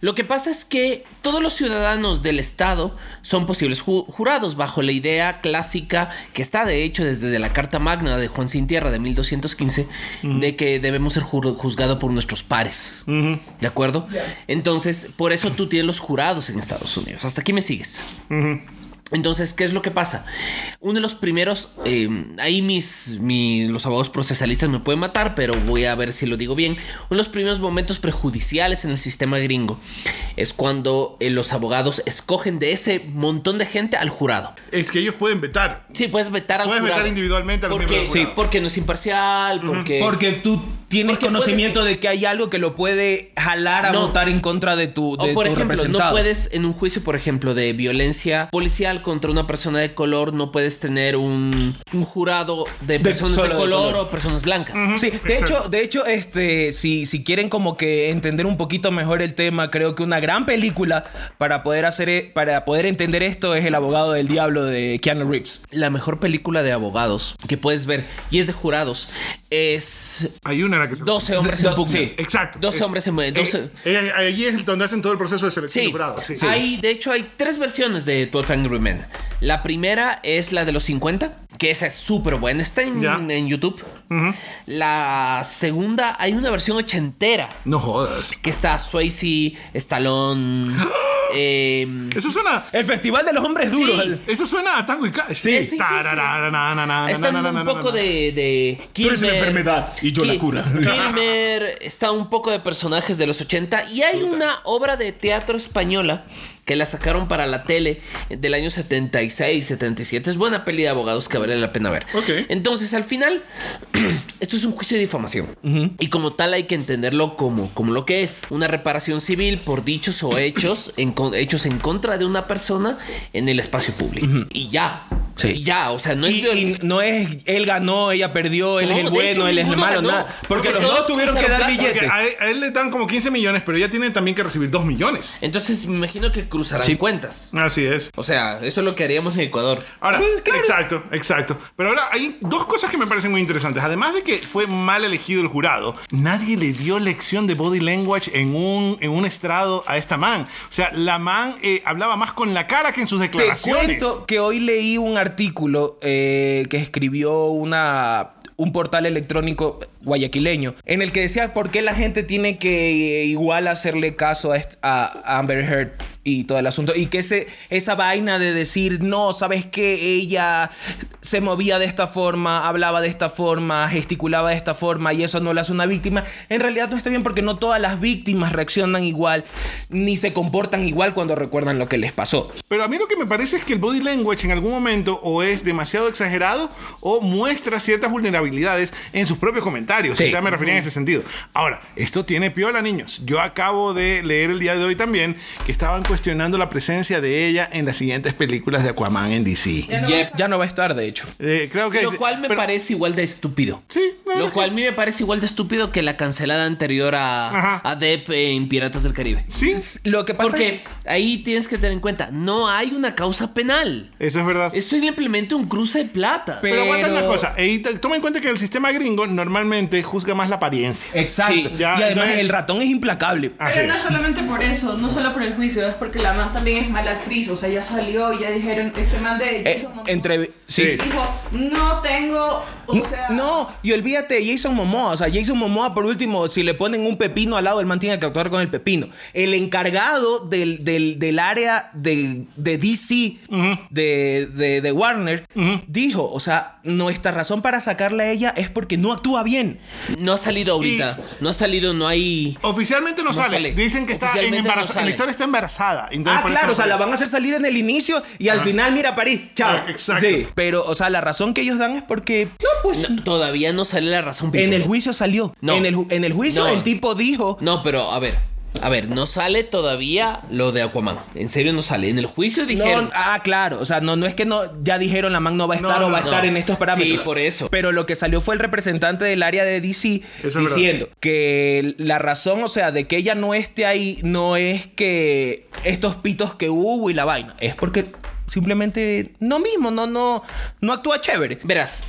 Speaker 2: Lo que pasa es que todos los ciudadanos del estado son posibles ju- jurados bajo la idea clásica que está de hecho desde la Carta Magna de Juan Sin Tierra de 1215 de que debemos ser jur- juzgados por nuestros pares. ¿De acuerdo? Entonces, por eso tú tienes los jurados en Estados Unidos. Hasta aquí me sigues. Entonces, ¿qué es lo que pasa? Uno de los primeros, eh, ahí mis, mi- los abogados procesalistas me pueden matar, pero voy a ver si lo digo bien. Uno de los primeros momentos prejudiciales en el sistema gringo es cuando eh, los abogados escogen de ese montón de gente al jurado.
Speaker 3: es que ellos pueden vetar.
Speaker 2: Sí, puedes vetar al
Speaker 3: Puedes
Speaker 2: jurado.
Speaker 3: vetar individualmente a los
Speaker 2: porque,
Speaker 3: miembros del
Speaker 2: Sí,
Speaker 3: jurado.
Speaker 2: porque no es imparcial, porque...
Speaker 1: Porque tú tienes
Speaker 2: Eh, Porque
Speaker 1: conocimiento
Speaker 2: puede
Speaker 1: de que hay algo que lo puede jalar a
Speaker 2: No.
Speaker 1: votar en contra de tu, de
Speaker 2: o por
Speaker 1: tu
Speaker 2: ejemplo, no
Speaker 1: representado.
Speaker 2: puedes en un juicio, por ejemplo, de violencia policial contra una persona de color, no puedes tener un, un jurado de personas de
Speaker 1: solo
Speaker 2: color,
Speaker 1: de color.
Speaker 2: o personas blancas.
Speaker 1: Sí, de hecho, de hecho, este, si, si quieren como que entender un poquito mejor el tema, creo que una gran película para poder hacer, e- para poder entender esto es El abogado del diablo de Keanu Reeves.
Speaker 2: La mejor película de abogados que puedes ver y es de jurados es
Speaker 3: Hay una en la que se-
Speaker 2: 12 hombres en
Speaker 1: Dos-
Speaker 2: pugna.
Speaker 1: sí.
Speaker 3: Exacto.
Speaker 2: 12
Speaker 3: Es-
Speaker 2: hombres en pugna, 12.
Speaker 3: Eh, eh, allí es donde hacen todo el proceso de selección
Speaker 2: Sí,
Speaker 3: de jurado. Sí.
Speaker 2: Hay, de hecho, hay tres versiones de 12 Angry Men. La primera es la de los 50, que esa es súper buena, está en,
Speaker 3: Ya.
Speaker 2: en YouTube. La segunda, hay una versión ochentera
Speaker 3: No jodas.
Speaker 2: que está Swayze, Stallone, Eh,
Speaker 3: Eso suena.
Speaker 1: El Festival de los Hombres Duros.
Speaker 2: Sí.
Speaker 3: Eso suena a Tango y Cash. Eh,
Speaker 1: Sí. Sí,
Speaker 2: sí, sí, sí.
Speaker 3: Tararararararararararararararara.
Speaker 2: Está un poco de. de
Speaker 1: eres la
Speaker 2: Kilmer.
Speaker 1: enfermedad y yo la
Speaker 2: Ki-
Speaker 1: cura.
Speaker 2: Kilmer está un poco de personajes de los 80. Y hay una obra de teatro española que la sacaron para la tele del año 76, 77. Es buena peli de abogados que vale la pena ver.
Speaker 3: Ok.
Speaker 2: Entonces, al final, esto es un juicio de difamación. Y como tal hay que entenderlo como, como lo que es. Una reparación civil por dichos o hechos, en con- hechos en contra de una persona en el espacio público. Y ya.
Speaker 1: Sí.
Speaker 2: Y ya, o sea, no es
Speaker 1: Y,
Speaker 2: viol-
Speaker 1: y no es él ganó, ella perdió, él
Speaker 2: No,
Speaker 1: es el
Speaker 2: de
Speaker 1: bueno,
Speaker 2: hecho,
Speaker 1: él es el
Speaker 2: ninguno
Speaker 1: malo,
Speaker 2: ganó.
Speaker 1: nada. Porque
Speaker 2: Porque
Speaker 1: los
Speaker 2: todos
Speaker 1: dos tuvieron que dar
Speaker 2: cruzaron plata.
Speaker 1: billete.
Speaker 3: Porque A él, a él le dan como 15 millones, pero ella tiene también que recibir 2 millones.
Speaker 2: Entonces me imagino que cruzarán cuentas.
Speaker 3: Así es.
Speaker 2: O sea, eso es lo que haríamos en Ecuador.
Speaker 3: Ahora,
Speaker 1: Pues,
Speaker 3: exacto, exacto. Pero ahora hay dos cosas que me parecen muy interesantes. Además de que fue mal elegido el jurado, nadie le dio lección de body language en un, en un estrado a esta man. O sea, la man eh, hablaba más con la cara que en sus
Speaker 1: Te
Speaker 3: declaraciones.
Speaker 1: cuento que hoy leí un artículo eh, que escribió una un portal electrónico guayaquileño en el que decía por qué la gente tiene que eh, igual hacerle caso a, est- a Amber Heard y todo el asunto y que ese esa vaina de decir no sabes que ella se movía de esta forma hablaba de esta forma gesticulaba de esta forma y eso no la hace una víctima en realidad no está bien porque no todas las víctimas reaccionan igual ni se comportan igual cuando recuerdan lo que les pasó
Speaker 3: Pero a mí lo que me parece es que el body language en algún momento o es demasiado exagerado o muestra ciertas vulnerabilidades en sus propios comentarios.
Speaker 1: Sí.
Speaker 3: O sea, me refería en ese sentido. Ahora, esto tiene piola, niños. Yo acabo de leer el día de hoy también que estaban cuestionando la presencia de ella en las siguientes películas de Aquaman en DC.
Speaker 4: Ya no
Speaker 2: Yep.
Speaker 4: vas
Speaker 1: Ya no va a estar, de hecho.
Speaker 3: Eh, creo que...
Speaker 2: Lo cual me
Speaker 3: pero-
Speaker 2: parece igual de estúpido.
Speaker 3: Sí, la verdad
Speaker 2: Lo cual a mí me parece igual de estúpido que la cancelada anterior a,
Speaker 3: Ajá.
Speaker 2: a Depp en Piratas del Caribe.
Speaker 3: Sí,
Speaker 1: Lo que pasa
Speaker 2: Porque ahí tienes que tener en cuenta, no hay una causa penal.
Speaker 3: eso es verdad.
Speaker 2: Es simplemente un cruce de plata.
Speaker 1: Pe-
Speaker 3: Pero aguanta
Speaker 1: Pero-
Speaker 3: una cosa. eh, t- toma en cuenta que el sistema gringo normalmente juzga más la apariencia.
Speaker 1: Exacto.
Speaker 2: Sí,
Speaker 3: ya,
Speaker 1: y además
Speaker 3: entonces-
Speaker 1: el ratón es implacable.
Speaker 3: Así
Speaker 4: Pero no
Speaker 3: es.
Speaker 4: solamente por eso, no solo por el juicio, es porque la man también es mala actriz. O sea, ya salió y ya dijeron, este man de
Speaker 1: Eh,
Speaker 4: Jason Momoa
Speaker 1: entre...
Speaker 3: Sí.
Speaker 1: Sí.
Speaker 4: dijo, no tengo, o sea,
Speaker 1: No, y olvídate de Jason Momoa. O sea, Jason Momoa, por último, si le ponen un pepino al lado, el man tiene que actuar con el pepino. El encargado del, del- del área de, de DC, de, de- de Warner, dijo, o sea, nuestra razón para sacarla a ella es porque no actúa bien.
Speaker 2: No ha salido ahorita. No ha salido, no hay...
Speaker 3: Oficialmente no,
Speaker 2: No
Speaker 3: sale.
Speaker 2: sale.
Speaker 3: Dicen que está en
Speaker 2: Oficialmente no
Speaker 3: embarazo. en
Speaker 2: sale.
Speaker 3: la historia está embarazada. entonces
Speaker 1: Ah,
Speaker 3: por eso
Speaker 1: claro,
Speaker 3: no
Speaker 1: o sea, la
Speaker 3: aparece.
Speaker 1: van a hacer salir en el inicio y al final, mira, París, chao.
Speaker 3: Ah, exacto.
Speaker 1: Sí, pero, o sea, la razón que ellos dan es porque, no, pues,
Speaker 2: No, todavía no sale la razón.
Speaker 1: en el
Speaker 2: Piccolo.
Speaker 1: juicio salió.
Speaker 2: No.
Speaker 1: En el, ju- en el juicio
Speaker 2: No.
Speaker 1: el tipo dijo,
Speaker 2: No, pero a ver, a ver, no sale todavía lo de Aquaman. En serio no sale. En el juicio dijeron.
Speaker 1: No, ah, claro. O sea, no, no es que no, ya dijeron la man no va a
Speaker 3: No,
Speaker 1: estar o
Speaker 3: no,
Speaker 1: va a
Speaker 3: no.
Speaker 1: estar en estos parámetros.
Speaker 2: Sí, por eso.
Speaker 1: Pero lo que salió fue el representante del área de DC
Speaker 3: Eso es
Speaker 1: diciendo que la razón, o sea, de que ella no esté ahí no es que estos pitos que hubo y la vaina. Es porque simplemente no mismo, no, no, no actúa chévere.
Speaker 2: Verás.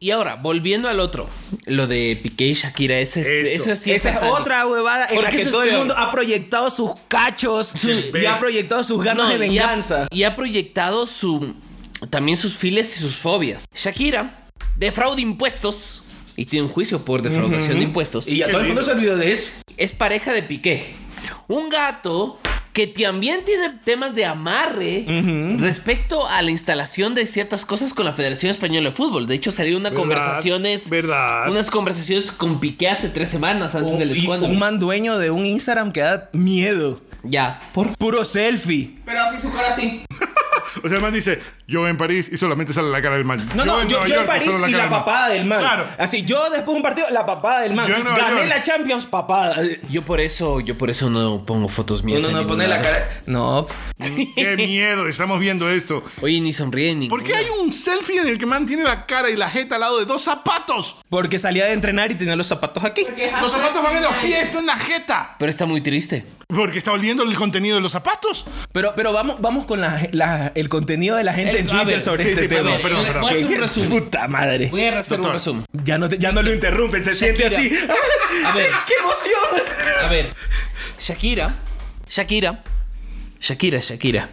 Speaker 2: Y ahora, volviendo al otro, lo de Piqué y Shakira, ese es,
Speaker 3: Eso.
Speaker 2: eso sí es
Speaker 1: Esa es
Speaker 2: satánico.
Speaker 1: otra huevada en la que
Speaker 2: Porque eso es
Speaker 1: todo el
Speaker 2: peor.
Speaker 1: mundo ha proyectado sus cachos y ha proyectado sus ganas
Speaker 2: No,
Speaker 1: de
Speaker 2: y ha-
Speaker 1: venganza.
Speaker 2: Y ha, proyectado su también sus files y sus fobias. Shakira defrauda impuestos y tiene un juicio por defraudación de impuestos.
Speaker 1: Y ya todo el mundo se olvidó de eso.
Speaker 2: es pareja de Piqué. Un gato que también tiene temas de amarre respecto a la instalación de ciertas cosas con la Federación Española de Fútbol. De hecho, salió una
Speaker 3: Verdad,
Speaker 2: conversaciones.
Speaker 3: verdad. Oh,
Speaker 2: Unas conversaciones con Piqué hace tres semanas antes
Speaker 1: Un-
Speaker 2: del
Speaker 1: y
Speaker 2: escuadro.
Speaker 1: un man dueño de un Instagram que da miedo.
Speaker 2: Ya, por
Speaker 1: Puro selfie.
Speaker 4: pero así su cara así.
Speaker 3: O sea, el man dice, yo en París y solamente sale la cara del man.
Speaker 1: No, no, yo, yo
Speaker 3: Nueva
Speaker 1: en
Speaker 3: York
Speaker 1: París
Speaker 3: solo
Speaker 1: y
Speaker 3: cara
Speaker 1: la
Speaker 3: man".
Speaker 1: papada del man.
Speaker 3: Claro.
Speaker 1: Así, yo después de un partido, la papada del man.
Speaker 3: Yo en Nueva
Speaker 1: Gané
Speaker 3: York.
Speaker 1: la Champions, papada.
Speaker 2: yo por eso, yo por eso no pongo fotos mías.
Speaker 1: Uno
Speaker 2: en
Speaker 1: no
Speaker 2: ningún
Speaker 1: pone la
Speaker 2: lado.
Speaker 1: cara. No.
Speaker 3: Qué miedo, estamos viendo esto.
Speaker 2: Oye, ni sonríe ni.
Speaker 3: ¿Por qué hay un selfie en el que man tiene la cara y la jeta al lado de dos zapatos?
Speaker 1: Porque salía de entrenar y tenía los zapatos aquí.
Speaker 4: Porque
Speaker 3: Los zapatos van en los
Speaker 4: hashtag
Speaker 3: pies, no en la jeta.
Speaker 2: Pero está muy triste.
Speaker 3: Porque está oliendo el contenido de los zapatos.
Speaker 1: Pero, pero vamos, vamos con la- la- el contenido de la gente
Speaker 2: El-
Speaker 1: en
Speaker 2: a
Speaker 1: Twitter
Speaker 2: ver,
Speaker 1: sobre
Speaker 3: sí,
Speaker 1: este
Speaker 3: sí,
Speaker 1: tema.
Speaker 3: perdón, perdón,
Speaker 2: Le-
Speaker 3: perdón.
Speaker 2: eh, Voy a hacer
Speaker 1: ¿Qué-
Speaker 2: un resumen.
Speaker 1: Puta madre.
Speaker 2: Voy a hacer un
Speaker 3: Doctor.
Speaker 2: resumen.
Speaker 1: Ya no, te- ya no lo interrumpen, se siente así.
Speaker 2: A ver.
Speaker 1: ¡Qué emoción!
Speaker 2: A ver, Shakira, Shakira, Shakira, Shakira.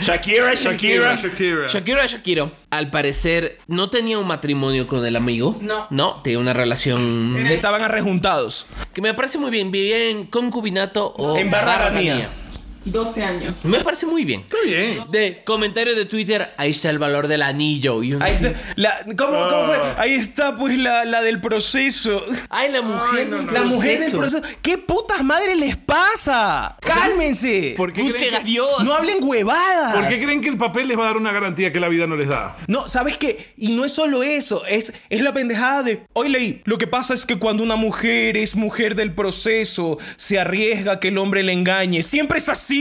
Speaker 1: Shakira,
Speaker 3: Shakira, Shakira.
Speaker 2: Shakira, Shakira. Al parecer no tenía un matrimonio con el amigo.
Speaker 4: No.
Speaker 2: No, tenía una relación
Speaker 1: Estaban arrejuntados.
Speaker 2: que me parece muy bien. Vivía en concubinato o
Speaker 1: En barra
Speaker 2: barranía.
Speaker 1: mía.
Speaker 4: 12 años.
Speaker 2: Me parece muy bien.
Speaker 3: Está bien.
Speaker 2: De comentario de Twitter, ahí está el valor del anillo. Y uno
Speaker 1: Ahí
Speaker 2: así,
Speaker 1: está, la- ¿cómo, cómo fue?
Speaker 3: Ah.
Speaker 1: Ahí está, pues, la, la del proceso.
Speaker 2: Ay, la mujer. del
Speaker 1: La mujer del
Speaker 2: proceso.
Speaker 1: proceso. ¿Qué putas madres les pasa? ¡Cálmense!
Speaker 3: ¿Por qué
Speaker 2: Busquen
Speaker 3: creen
Speaker 2: a
Speaker 3: que-
Speaker 2: Dios.
Speaker 1: No hablen huevadas.
Speaker 3: ¿Por qué creen que el papel les va a dar una garantía que la vida no les da?
Speaker 1: No, ¿sabes qué? Y no es solo eso, es, es la pendejada de... Hoy leí, lo que pasa es que cuando una mujer es mujer del proceso, se arriesga que el hombre le engañe. Siempre es así,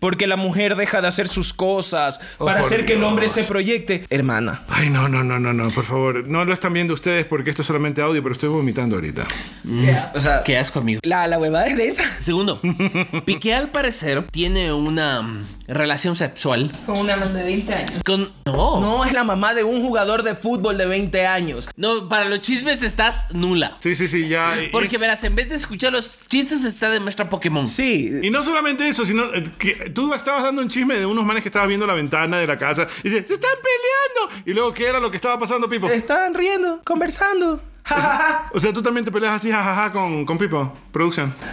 Speaker 1: porque la mujer deja de hacer sus cosas
Speaker 3: Oh,
Speaker 1: para
Speaker 3: por
Speaker 1: hacer que el
Speaker 3: Dios.
Speaker 1: hombre se proyecte. Hermana.
Speaker 3: Ay, no, no, no, no, no, por favor. No lo están viendo ustedes porque esto es solamente audio, pero estoy vomitando ahorita.
Speaker 1: O sea,
Speaker 2: Qué asco, amigo.
Speaker 1: la, la huevada es densa.
Speaker 2: Segundo, Piqué al parecer tiene una mm, relación sexual
Speaker 4: Con una más de 20 años.
Speaker 2: con.
Speaker 3: Oh.
Speaker 2: No. no.
Speaker 1: No, es la mamá de un jugador de fútbol de 20 años.
Speaker 2: para los chismes estás nula.
Speaker 3: Sí, sí, sí, ya. eh, y-
Speaker 2: Porque verás, en vez de escuchar los chistes, está de nuestra Pokémon.
Speaker 1: Sí,
Speaker 3: Y no solamente eso, sino eh, que tú estabas dando un chisme de unos manes que estabas viendo la ventana de la casa y dices, ¡se están peleando! Y luego, ¿qué era lo que estaba pasando, Pipo?
Speaker 1: estaban riendo, conversando. Ja, ja, ja.
Speaker 3: O sea, tú también te peleas así, jajaja, con, con Pipo, producción.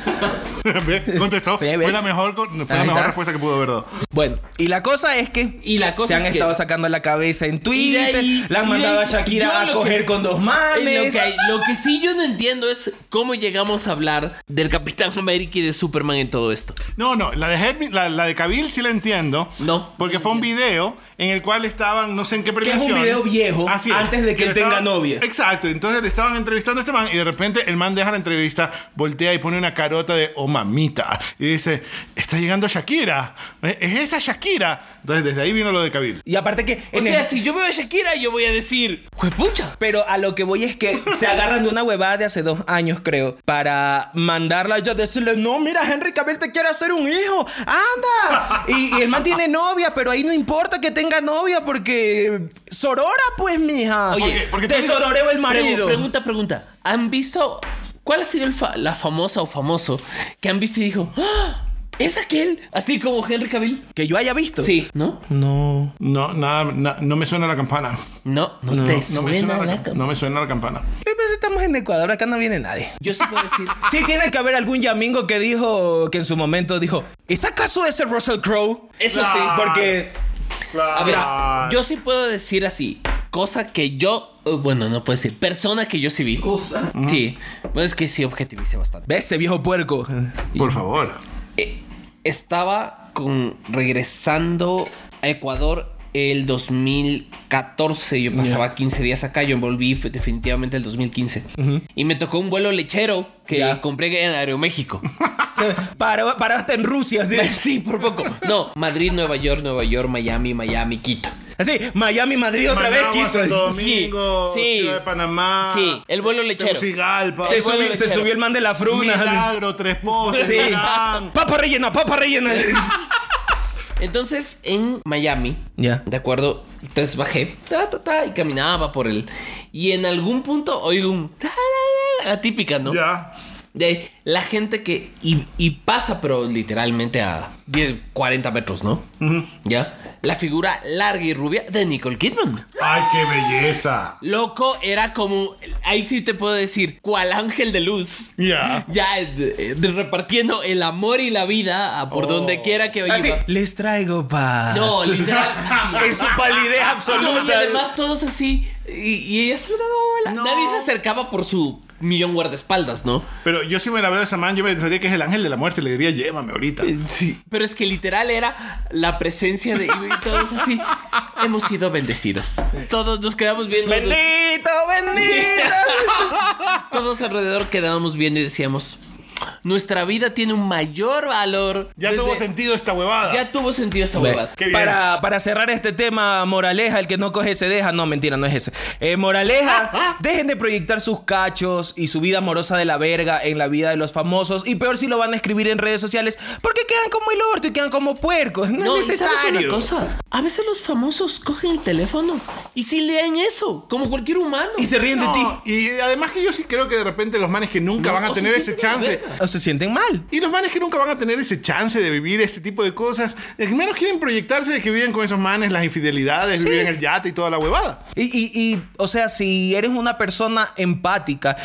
Speaker 3: Bien, contestó.
Speaker 1: Sí,
Speaker 3: Fue
Speaker 1: ¿ves?
Speaker 3: la mejor, con- fue la
Speaker 1: Ahí
Speaker 3: mejor
Speaker 1: está.
Speaker 3: respuesta que pudo haber dado.
Speaker 1: Bueno, y la cosa es que
Speaker 2: Y la cosa
Speaker 1: se han
Speaker 2: es que-
Speaker 1: estado sacando la cabeza en
Speaker 2: Y de
Speaker 1: Twitter,
Speaker 2: ahí-
Speaker 1: la han
Speaker 2: y de
Speaker 1: mandado a
Speaker 2: ahí- yo
Speaker 1: Shakira a
Speaker 2: lo
Speaker 1: coger
Speaker 2: que-
Speaker 1: con dos
Speaker 2: Lo
Speaker 1: manes.
Speaker 2: que, lo que sí yo no entiendo es cómo llegamos a hablar del Capitán América y de Superman en todo esto.
Speaker 3: No, no, la de, Hermi- la, la de Kabil sí la entiendo.
Speaker 2: No.
Speaker 3: Porque fue un video en el cual estaban, no sé en qué
Speaker 1: es un
Speaker 3: premiación.
Speaker 1: video viejo,
Speaker 3: Así es.
Speaker 1: antes de que él
Speaker 3: le
Speaker 1: tenga
Speaker 3: estaban-
Speaker 1: novia.
Speaker 3: Exacto, entonces le estaban entrevistando a este man y de repente el man deja la entrevista, voltea y pone una carota de oh mamita. Y dice, está llegando Shakira. ¿eh? Es esa Shakira. Entonces desde ahí vino lo de Kabil.
Speaker 1: Y aparte que...
Speaker 2: O
Speaker 1: en
Speaker 2: sea,
Speaker 1: el-
Speaker 2: si yo veo a Shakira, yo voy a decir, ¡juepucha!
Speaker 1: Pero a lo que voy es que se agarran de una huevada de hace dos años, creo, para mandarla y yo decirle, no, mira, Henry Cavill te quiere hacer un hijo, anda. Y, y el man tiene novia, pero ahí no importa que tenga novia porque sorora, pues, mija.
Speaker 2: Oye,
Speaker 3: porque
Speaker 1: te
Speaker 3: tú-
Speaker 1: sororeo el
Speaker 2: Pregu-
Speaker 1: marido.
Speaker 2: pregunta, pregunta. ¿Han visto cuál ha sido el fa- la famosa o famoso que han visto y dijo, "¡Ah! ¿es aquel? Así como Henry Cavill.
Speaker 1: Que yo haya visto.
Speaker 2: Sí, ¿no?
Speaker 1: No.
Speaker 3: No, nada, na- no me suena la campana.
Speaker 2: No, no, te
Speaker 3: No me,
Speaker 2: suena
Speaker 3: suena
Speaker 2: la
Speaker 3: la,
Speaker 2: cam-
Speaker 3: no me suena la campana.
Speaker 1: Pero pues estamos en Ecuador, acá no viene nadie.
Speaker 2: Yo sí puedo decir.
Speaker 1: Sí tiene que haber algún yamingo que dijo, que en su momento dijo, ¿es acaso ese Russell Crowe?
Speaker 2: Eso sí.
Speaker 3: Ah.
Speaker 1: Porque...
Speaker 2: A ver, ah, yo sí puedo decir así. Cosa que yo. eh, Bueno, no puedo decir. Persona que yo sí vi.
Speaker 4: Cosa.
Speaker 2: Sí. Bueno, es que sí objetivicé bastante.
Speaker 1: ¿Ves ese viejo puerco?
Speaker 3: Por favor.
Speaker 2: Eh, estaba con regresando a Ecuador el 2014. Yo pasaba 15 días acá. Yo volví fe- definitivamente el 2015. Y me tocó un vuelo lechero que
Speaker 1: Ya.
Speaker 2: compré en Aeroméxico.
Speaker 1: Se- Paró, paró hasta en Rusia, así.
Speaker 2: sí, por poco. No, Madrid, Nueva York, Nueva York, Miami, Miami, Quito.
Speaker 1: Así, Miami, Madrid, otra vez,
Speaker 3: Managua,
Speaker 1: Quito.
Speaker 3: Santo
Speaker 2: Sí,
Speaker 3: Domingo,
Speaker 2: sí.
Speaker 3: Ciudad de Panamá.
Speaker 2: Sí, el vuelo lechero.
Speaker 3: Tegucigalpa.
Speaker 1: Se
Speaker 2: El vuelo
Speaker 1: subió, se
Speaker 2: lechero.
Speaker 1: subió el man de la fruna.
Speaker 3: Milagro, tres pozos,
Speaker 1: Sí.
Speaker 3: Milán.
Speaker 1: Papa rellena, papa rellena.
Speaker 2: Entonces, en Miami,
Speaker 1: Ya.
Speaker 2: ¿de acuerdo? Entonces bajé, ta, ta, ta, y caminaba por él. Y en algún punto oigo un... ta, la, la, la típica, ¿no?
Speaker 3: Ya.
Speaker 2: De la gente que... Y, y pasa, pero literalmente a 10, 40 metros, ¿no? ¿Ya? La figura larga y rubia de Nicole Kidman.
Speaker 3: Ay, qué belleza.
Speaker 2: Loco, era como... Ahí sí te puedo decir, cual ángel de luz.
Speaker 3: Ya.
Speaker 2: Ya eh, de- de- repartiendo el amor y la vida a por
Speaker 3: Oh.
Speaker 2: donde quiera
Speaker 3: Ah,
Speaker 2: que oiga.
Speaker 1: Así, les traigo paz.
Speaker 2: No, literal. así.
Speaker 1: En su palidez absoluta.
Speaker 2: Ah, No, y además todos así. Y, y ella se lo daba bola. Nadie se acercaba por su millón guardaespaldas, ¿no?
Speaker 3: Pero yo si me la veo a esa man, yo pensaría que es el ángel de la muerte. Le diría, llévame ahorita.
Speaker 1: Eh,
Speaker 2: Sí. Pero es que literal era la presencia de y todos así. Hemos sido bendecidos. Todos nos quedamos viendo.
Speaker 1: Bendito, bendito.
Speaker 2: Todos alrededor quedábamos viendo y decíamos. Nuestra vida tiene un mayor valor.
Speaker 3: Ya
Speaker 2: desde-
Speaker 3: tuvo sentido esta huevada.
Speaker 2: Ya tuvo sentido esta huevada.
Speaker 3: Qué bien.
Speaker 1: Para, para cerrar este tema, moraleja, el que no coge se deja. No, mentira, no es ese. Eh, moraleja, dejen de proyectar sus cachos y su vida amorosa de la verga en la vida de los famosos. Y peor si lo van a escribir en redes sociales, porque quedan como el orto y quedan como puercos. No,
Speaker 2: No,
Speaker 1: es
Speaker 2: ¿y sabes una
Speaker 1: necesario.
Speaker 2: cosa? A veces los famosos cogen el teléfono y sí leen eso, como cualquier humano.
Speaker 1: Y se ríen de ti.
Speaker 3: No, y además que yo sí creo que de repente los manes que nunca
Speaker 2: No,
Speaker 3: van a
Speaker 2: o sea,
Speaker 3: tener ese
Speaker 2: siempre la
Speaker 3: chance.
Speaker 2: verga.
Speaker 1: O se sienten mal.
Speaker 3: Y los manes que nunca van a tener ese chance de vivir este tipo de cosas, eh, menos quieren proyectarse de que viven con esos manes, las infidelidades, vivir en el yate y toda la huevada.
Speaker 1: Y, y- y, o sea, si eres una persona empática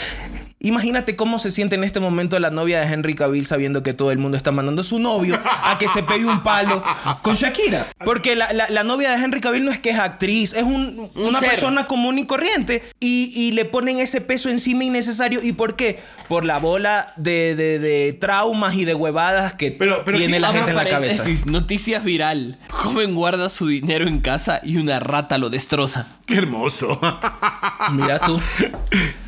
Speaker 1: Imagínate cómo se siente en este momento la novia de Henry Cavill sabiendo que todo el mundo está mandando a su novio a que se pegue un palo con Shakira. Porque la, la- la novia de Henry Cavill no es que es actriz, es un-
Speaker 2: Un
Speaker 1: una
Speaker 2: ser.
Speaker 1: persona común y corriente. Y, y le ponen ese peso encima innecesario. ¿Y por qué? Por la bola de, de- de traumas y de huevadas que
Speaker 3: Pero- pero
Speaker 1: tiene
Speaker 3: ¿qué-
Speaker 1: la
Speaker 3: Abro
Speaker 1: gente en la cabeza.
Speaker 2: Paréntesis, noticias viral. Joven guarda su dinero en casa y una rata lo destroza.
Speaker 3: Qué hermoso.
Speaker 1: Mira tú.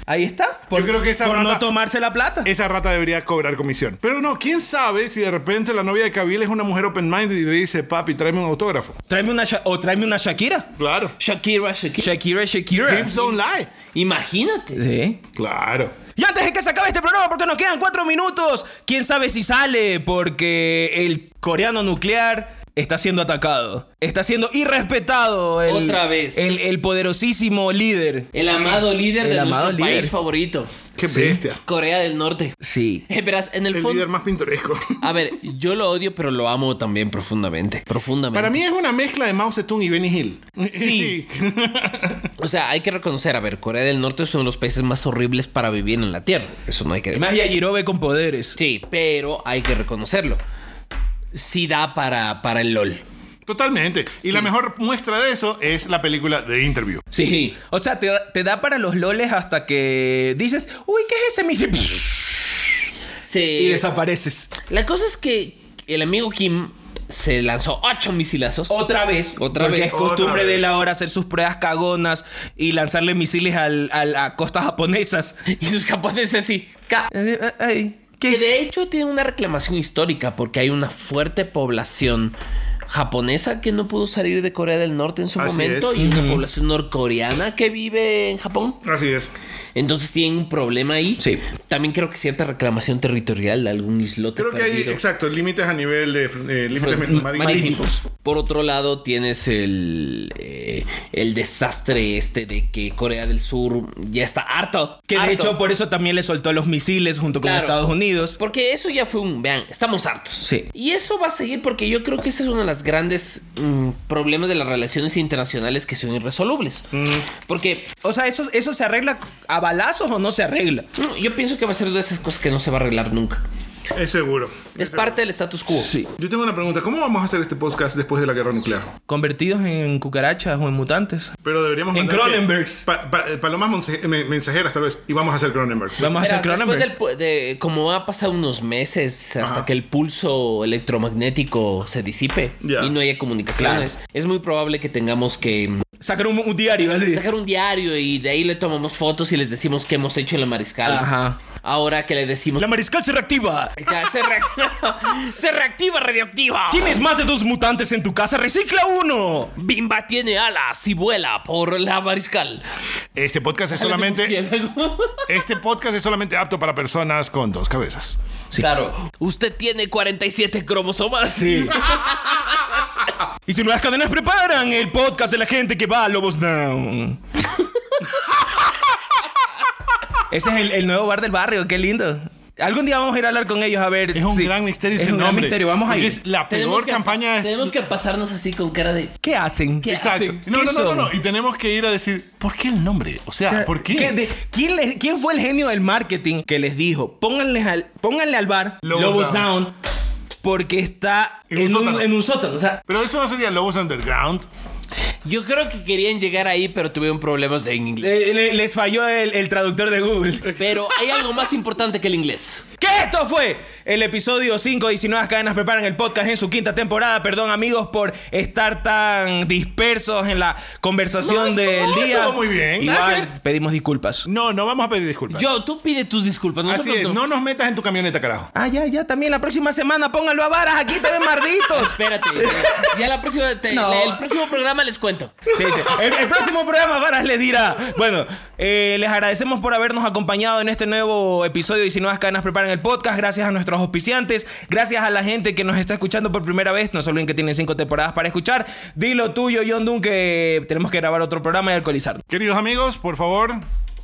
Speaker 1: Ahí está. Por,
Speaker 3: creo que esa
Speaker 1: por no
Speaker 3: rata-
Speaker 1: tomarse la plata.
Speaker 3: Esa rata debería cobrar comisión. Pero no, quién sabe si de repente la novia de Kabil es una mujer open minded y le dice, papi, tráeme un autógrafo.
Speaker 1: Tráeme una Sha- o tráeme una Shakira.
Speaker 3: Claro.
Speaker 2: Shakira, Shakira.
Speaker 1: Shakira, Shakira.
Speaker 3: Games don't lie.
Speaker 2: Imagínate.
Speaker 1: Sí.
Speaker 3: Claro.
Speaker 1: Y antes de que se acabe este programa, porque nos quedan cuatro minutos, quién sabe si sale, porque el coreano nuclear está siendo atacado. Está siendo irrespetado el,
Speaker 2: Otra vez.
Speaker 1: el, el poderosísimo líder.
Speaker 2: El amado líder
Speaker 1: El
Speaker 2: de
Speaker 1: amado
Speaker 2: nuestro
Speaker 1: líder.
Speaker 2: país favorito,
Speaker 3: Qué bestia.
Speaker 2: Corea del Norte.
Speaker 1: Sí.
Speaker 2: Eh, verás, en el,
Speaker 3: El
Speaker 2: fondo.
Speaker 3: líder más pintoresco.
Speaker 2: A ver, yo lo odio, pero lo amo también profundamente. Profundamente.
Speaker 3: Para mí es una mezcla de Mao Zedong y Benny Hill.
Speaker 2: Sí. O sea, hay que reconocer, a ver, Corea del Norte es uno de los países más horribles para vivir en la Tierra. Eso no hay que
Speaker 1: Más Yajirobe con poderes.
Speaker 2: Sí, pero hay que reconocerlo. Sí da para, para el LOL.
Speaker 3: Totalmente. Y la mejor muestra de eso es la película The Interview.
Speaker 1: Sí.
Speaker 2: Sí.
Speaker 1: O sea, te, da- te da para los loles hasta que dices, uy, ¿qué es ese misil?
Speaker 2: Se-
Speaker 1: Y desapareces.
Speaker 2: La cosa es que el amigo Kim se lanzó ocho misilazos.
Speaker 1: Otra vez.
Speaker 2: Otra
Speaker 1: porque
Speaker 2: vez.
Speaker 1: es costumbre
Speaker 3: Otra
Speaker 1: de
Speaker 3: vez.
Speaker 1: la hora hacer sus pruebas cagonas y lanzarle misiles al, al- a costas japonesas.
Speaker 2: Y los japoneses sí. Ka-
Speaker 1: Eh, eh, ay, ¿qué?
Speaker 2: Que de hecho tiene una reclamación histórica porque hay una fuerte población japonesa que no pudo salir de Corea del Norte en su
Speaker 3: Así
Speaker 2: momento
Speaker 3: es.
Speaker 2: y una población norcoreana que vive en Japón.
Speaker 3: Así es.
Speaker 2: Entonces tienen un problema ahí.
Speaker 1: Sí.
Speaker 2: También creo que cierta reclamación territorial de algún islote
Speaker 3: Creo que hay,
Speaker 2: perdido.
Speaker 3: exacto, límites a nivel de eh, límites marítimos.
Speaker 2: Fron- marítimos. Por otro lado, tienes el, eh, el desastre este de que Corea del Sur ya está harto.
Speaker 1: Que de
Speaker 2: harto.
Speaker 1: hecho pues, por eso también le soltó los misiles junto con
Speaker 2: Claro.
Speaker 1: Estados Unidos.
Speaker 2: Porque eso ya fue un. Vean, estamos hartos.
Speaker 1: Sí.
Speaker 2: Y eso va a seguir porque yo creo que ese es uno de los grandes mm, problemas de las relaciones internacionales que son irresolubles.
Speaker 1: Mm.
Speaker 2: Porque
Speaker 1: O sea, ¿eso, ¿eso se arregla a balazos o no se arregla?
Speaker 2: mm, yo pienso que va a ser de esas cosas que no se va a arreglar nunca.
Speaker 3: Es seguro.
Speaker 2: Es parte del status quo.
Speaker 3: Yo tengo una pregunta. ¿Cómo vamos a hacer este podcast después de la guerra nuclear?
Speaker 1: Convertidos en cucarachas o en mutantes.
Speaker 3: Pero deberíamos...
Speaker 1: En
Speaker 3: mandar que-
Speaker 1: Cronenbergs.
Speaker 3: pa- pa- eh, palomas monse- eh, men- mensajeras, tal vez. Y vamos a hacer Cronenbergs.
Speaker 1: Vamos a hacer
Speaker 2: Verás, después
Speaker 1: Cronenbergs.
Speaker 2: del pu- de- como ha pasado unos meses hasta
Speaker 3: Ajá.
Speaker 2: que el pulso electromagnético se disipe
Speaker 3: Ya.
Speaker 2: y no haya comunicaciones, es muy probable que tengamos que mm,
Speaker 1: Sacar un, un diario así.
Speaker 2: sacar un diario y de ahí le tomamos fotos y les decimos qué hemos hecho en la mariscala.
Speaker 1: Ajá.
Speaker 2: Ahora que le decimos...
Speaker 1: La mariscal se reactiva.
Speaker 2: Ya, se, reactiva, se reactiva radioactiva.
Speaker 1: Tienes más de dos mutantes en tu casa, recicla uno.
Speaker 2: Bimba tiene alas y vuela por la mariscal.
Speaker 3: Este podcast es solamente... Este podcast es solamente apto para personas con dos cabezas.
Speaker 2: Claro. Usted tiene 47 cromosomas.
Speaker 1: Sí. y si nuevas cadenas preparan el podcast de la gente que va a Lobos Down. Ese es el, el nuevo bar del barrio, qué lindo. Algún día vamos a ir a hablar con ellos a ver.
Speaker 3: Es un
Speaker 1: sí.
Speaker 3: gran misterio
Speaker 1: Es
Speaker 3: sin
Speaker 1: un gran
Speaker 3: nombre.
Speaker 1: misterio, vamos a
Speaker 3: Porque
Speaker 1: ir.
Speaker 3: Es la
Speaker 2: Tenemos
Speaker 3: peor
Speaker 2: que-
Speaker 3: campaña...
Speaker 2: Tenemos que pasarnos así con cara de...
Speaker 1: ¿Qué hacen?
Speaker 2: ¿Qué
Speaker 3: Exacto.
Speaker 2: hacen?
Speaker 3: No,
Speaker 1: ¿Qué
Speaker 3: no, no, no,
Speaker 1: son?
Speaker 3: no. Y tenemos que ir a decir, ¿por qué el nombre? O sea,
Speaker 1: O sea,
Speaker 3: ¿por qué?
Speaker 1: de- ¿quién, les- quién fue el genio del marketing que les dijo, pónganle al, pónganle al bar Lobos,
Speaker 3: Lobos
Speaker 1: Down.
Speaker 3: Down.
Speaker 1: porque está
Speaker 3: En
Speaker 1: en un,
Speaker 3: un sótano.
Speaker 1: en un sótano? O sea,
Speaker 3: Pero eso no sería Lobos Underground.
Speaker 2: Yo creo que querían llegar ahí, pero tuvieron problemas en inglés.
Speaker 1: le- le- les falló el, Eh, el traductor de Google.
Speaker 2: Pero hay algo más importante que el inglés.
Speaker 1: Que esto fue el episodio 5 de 19 cadenas preparan el podcast en su quinta temporada. Perdón amigos por estar tan dispersos en la conversación
Speaker 3: No,
Speaker 1: del
Speaker 3: estuvo-
Speaker 1: día.
Speaker 3: estuvo muy bien.
Speaker 1: Igual pedimos disculpas.
Speaker 3: No, no vamos a pedir disculpas.
Speaker 2: Yo, tú pide tus disculpas.
Speaker 3: Así
Speaker 2: nosotros
Speaker 3: es,
Speaker 2: no.
Speaker 3: no nos metas en tu camioneta, carajo.
Speaker 1: Ah, ya, ya, también la próxima semana pónganlo a varas, aquí te ven marditos.
Speaker 2: Espérate. Ya la próxima, te-
Speaker 1: No.
Speaker 2: el próximo programa les cuento.
Speaker 1: Sí, sí. El, el próximo programa Varas les dirá. Bueno, eh, les agradecemos por habernos acompañado en este nuevo episodio de 19 Cadenas Preparan el Podcast. Gracias a nuestros auspiciantes. Gracias a la gente que nos está escuchando por primera vez. No se olviden que tienen cinco temporadas para escuchar. Dilo tuyo, John Dun, que tenemos que grabar otro programa y alcoholizarnos.
Speaker 3: Queridos amigos, por favor,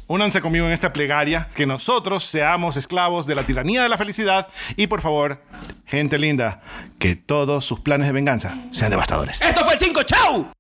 Speaker 3: únanse conmigo en esta plegaria, que nosotros seamos esclavos de la tiranía de la felicidad y por favor, gente linda, que todos sus planes de venganza sean devastadores.
Speaker 1: Esto fue el 5. ¡Chao!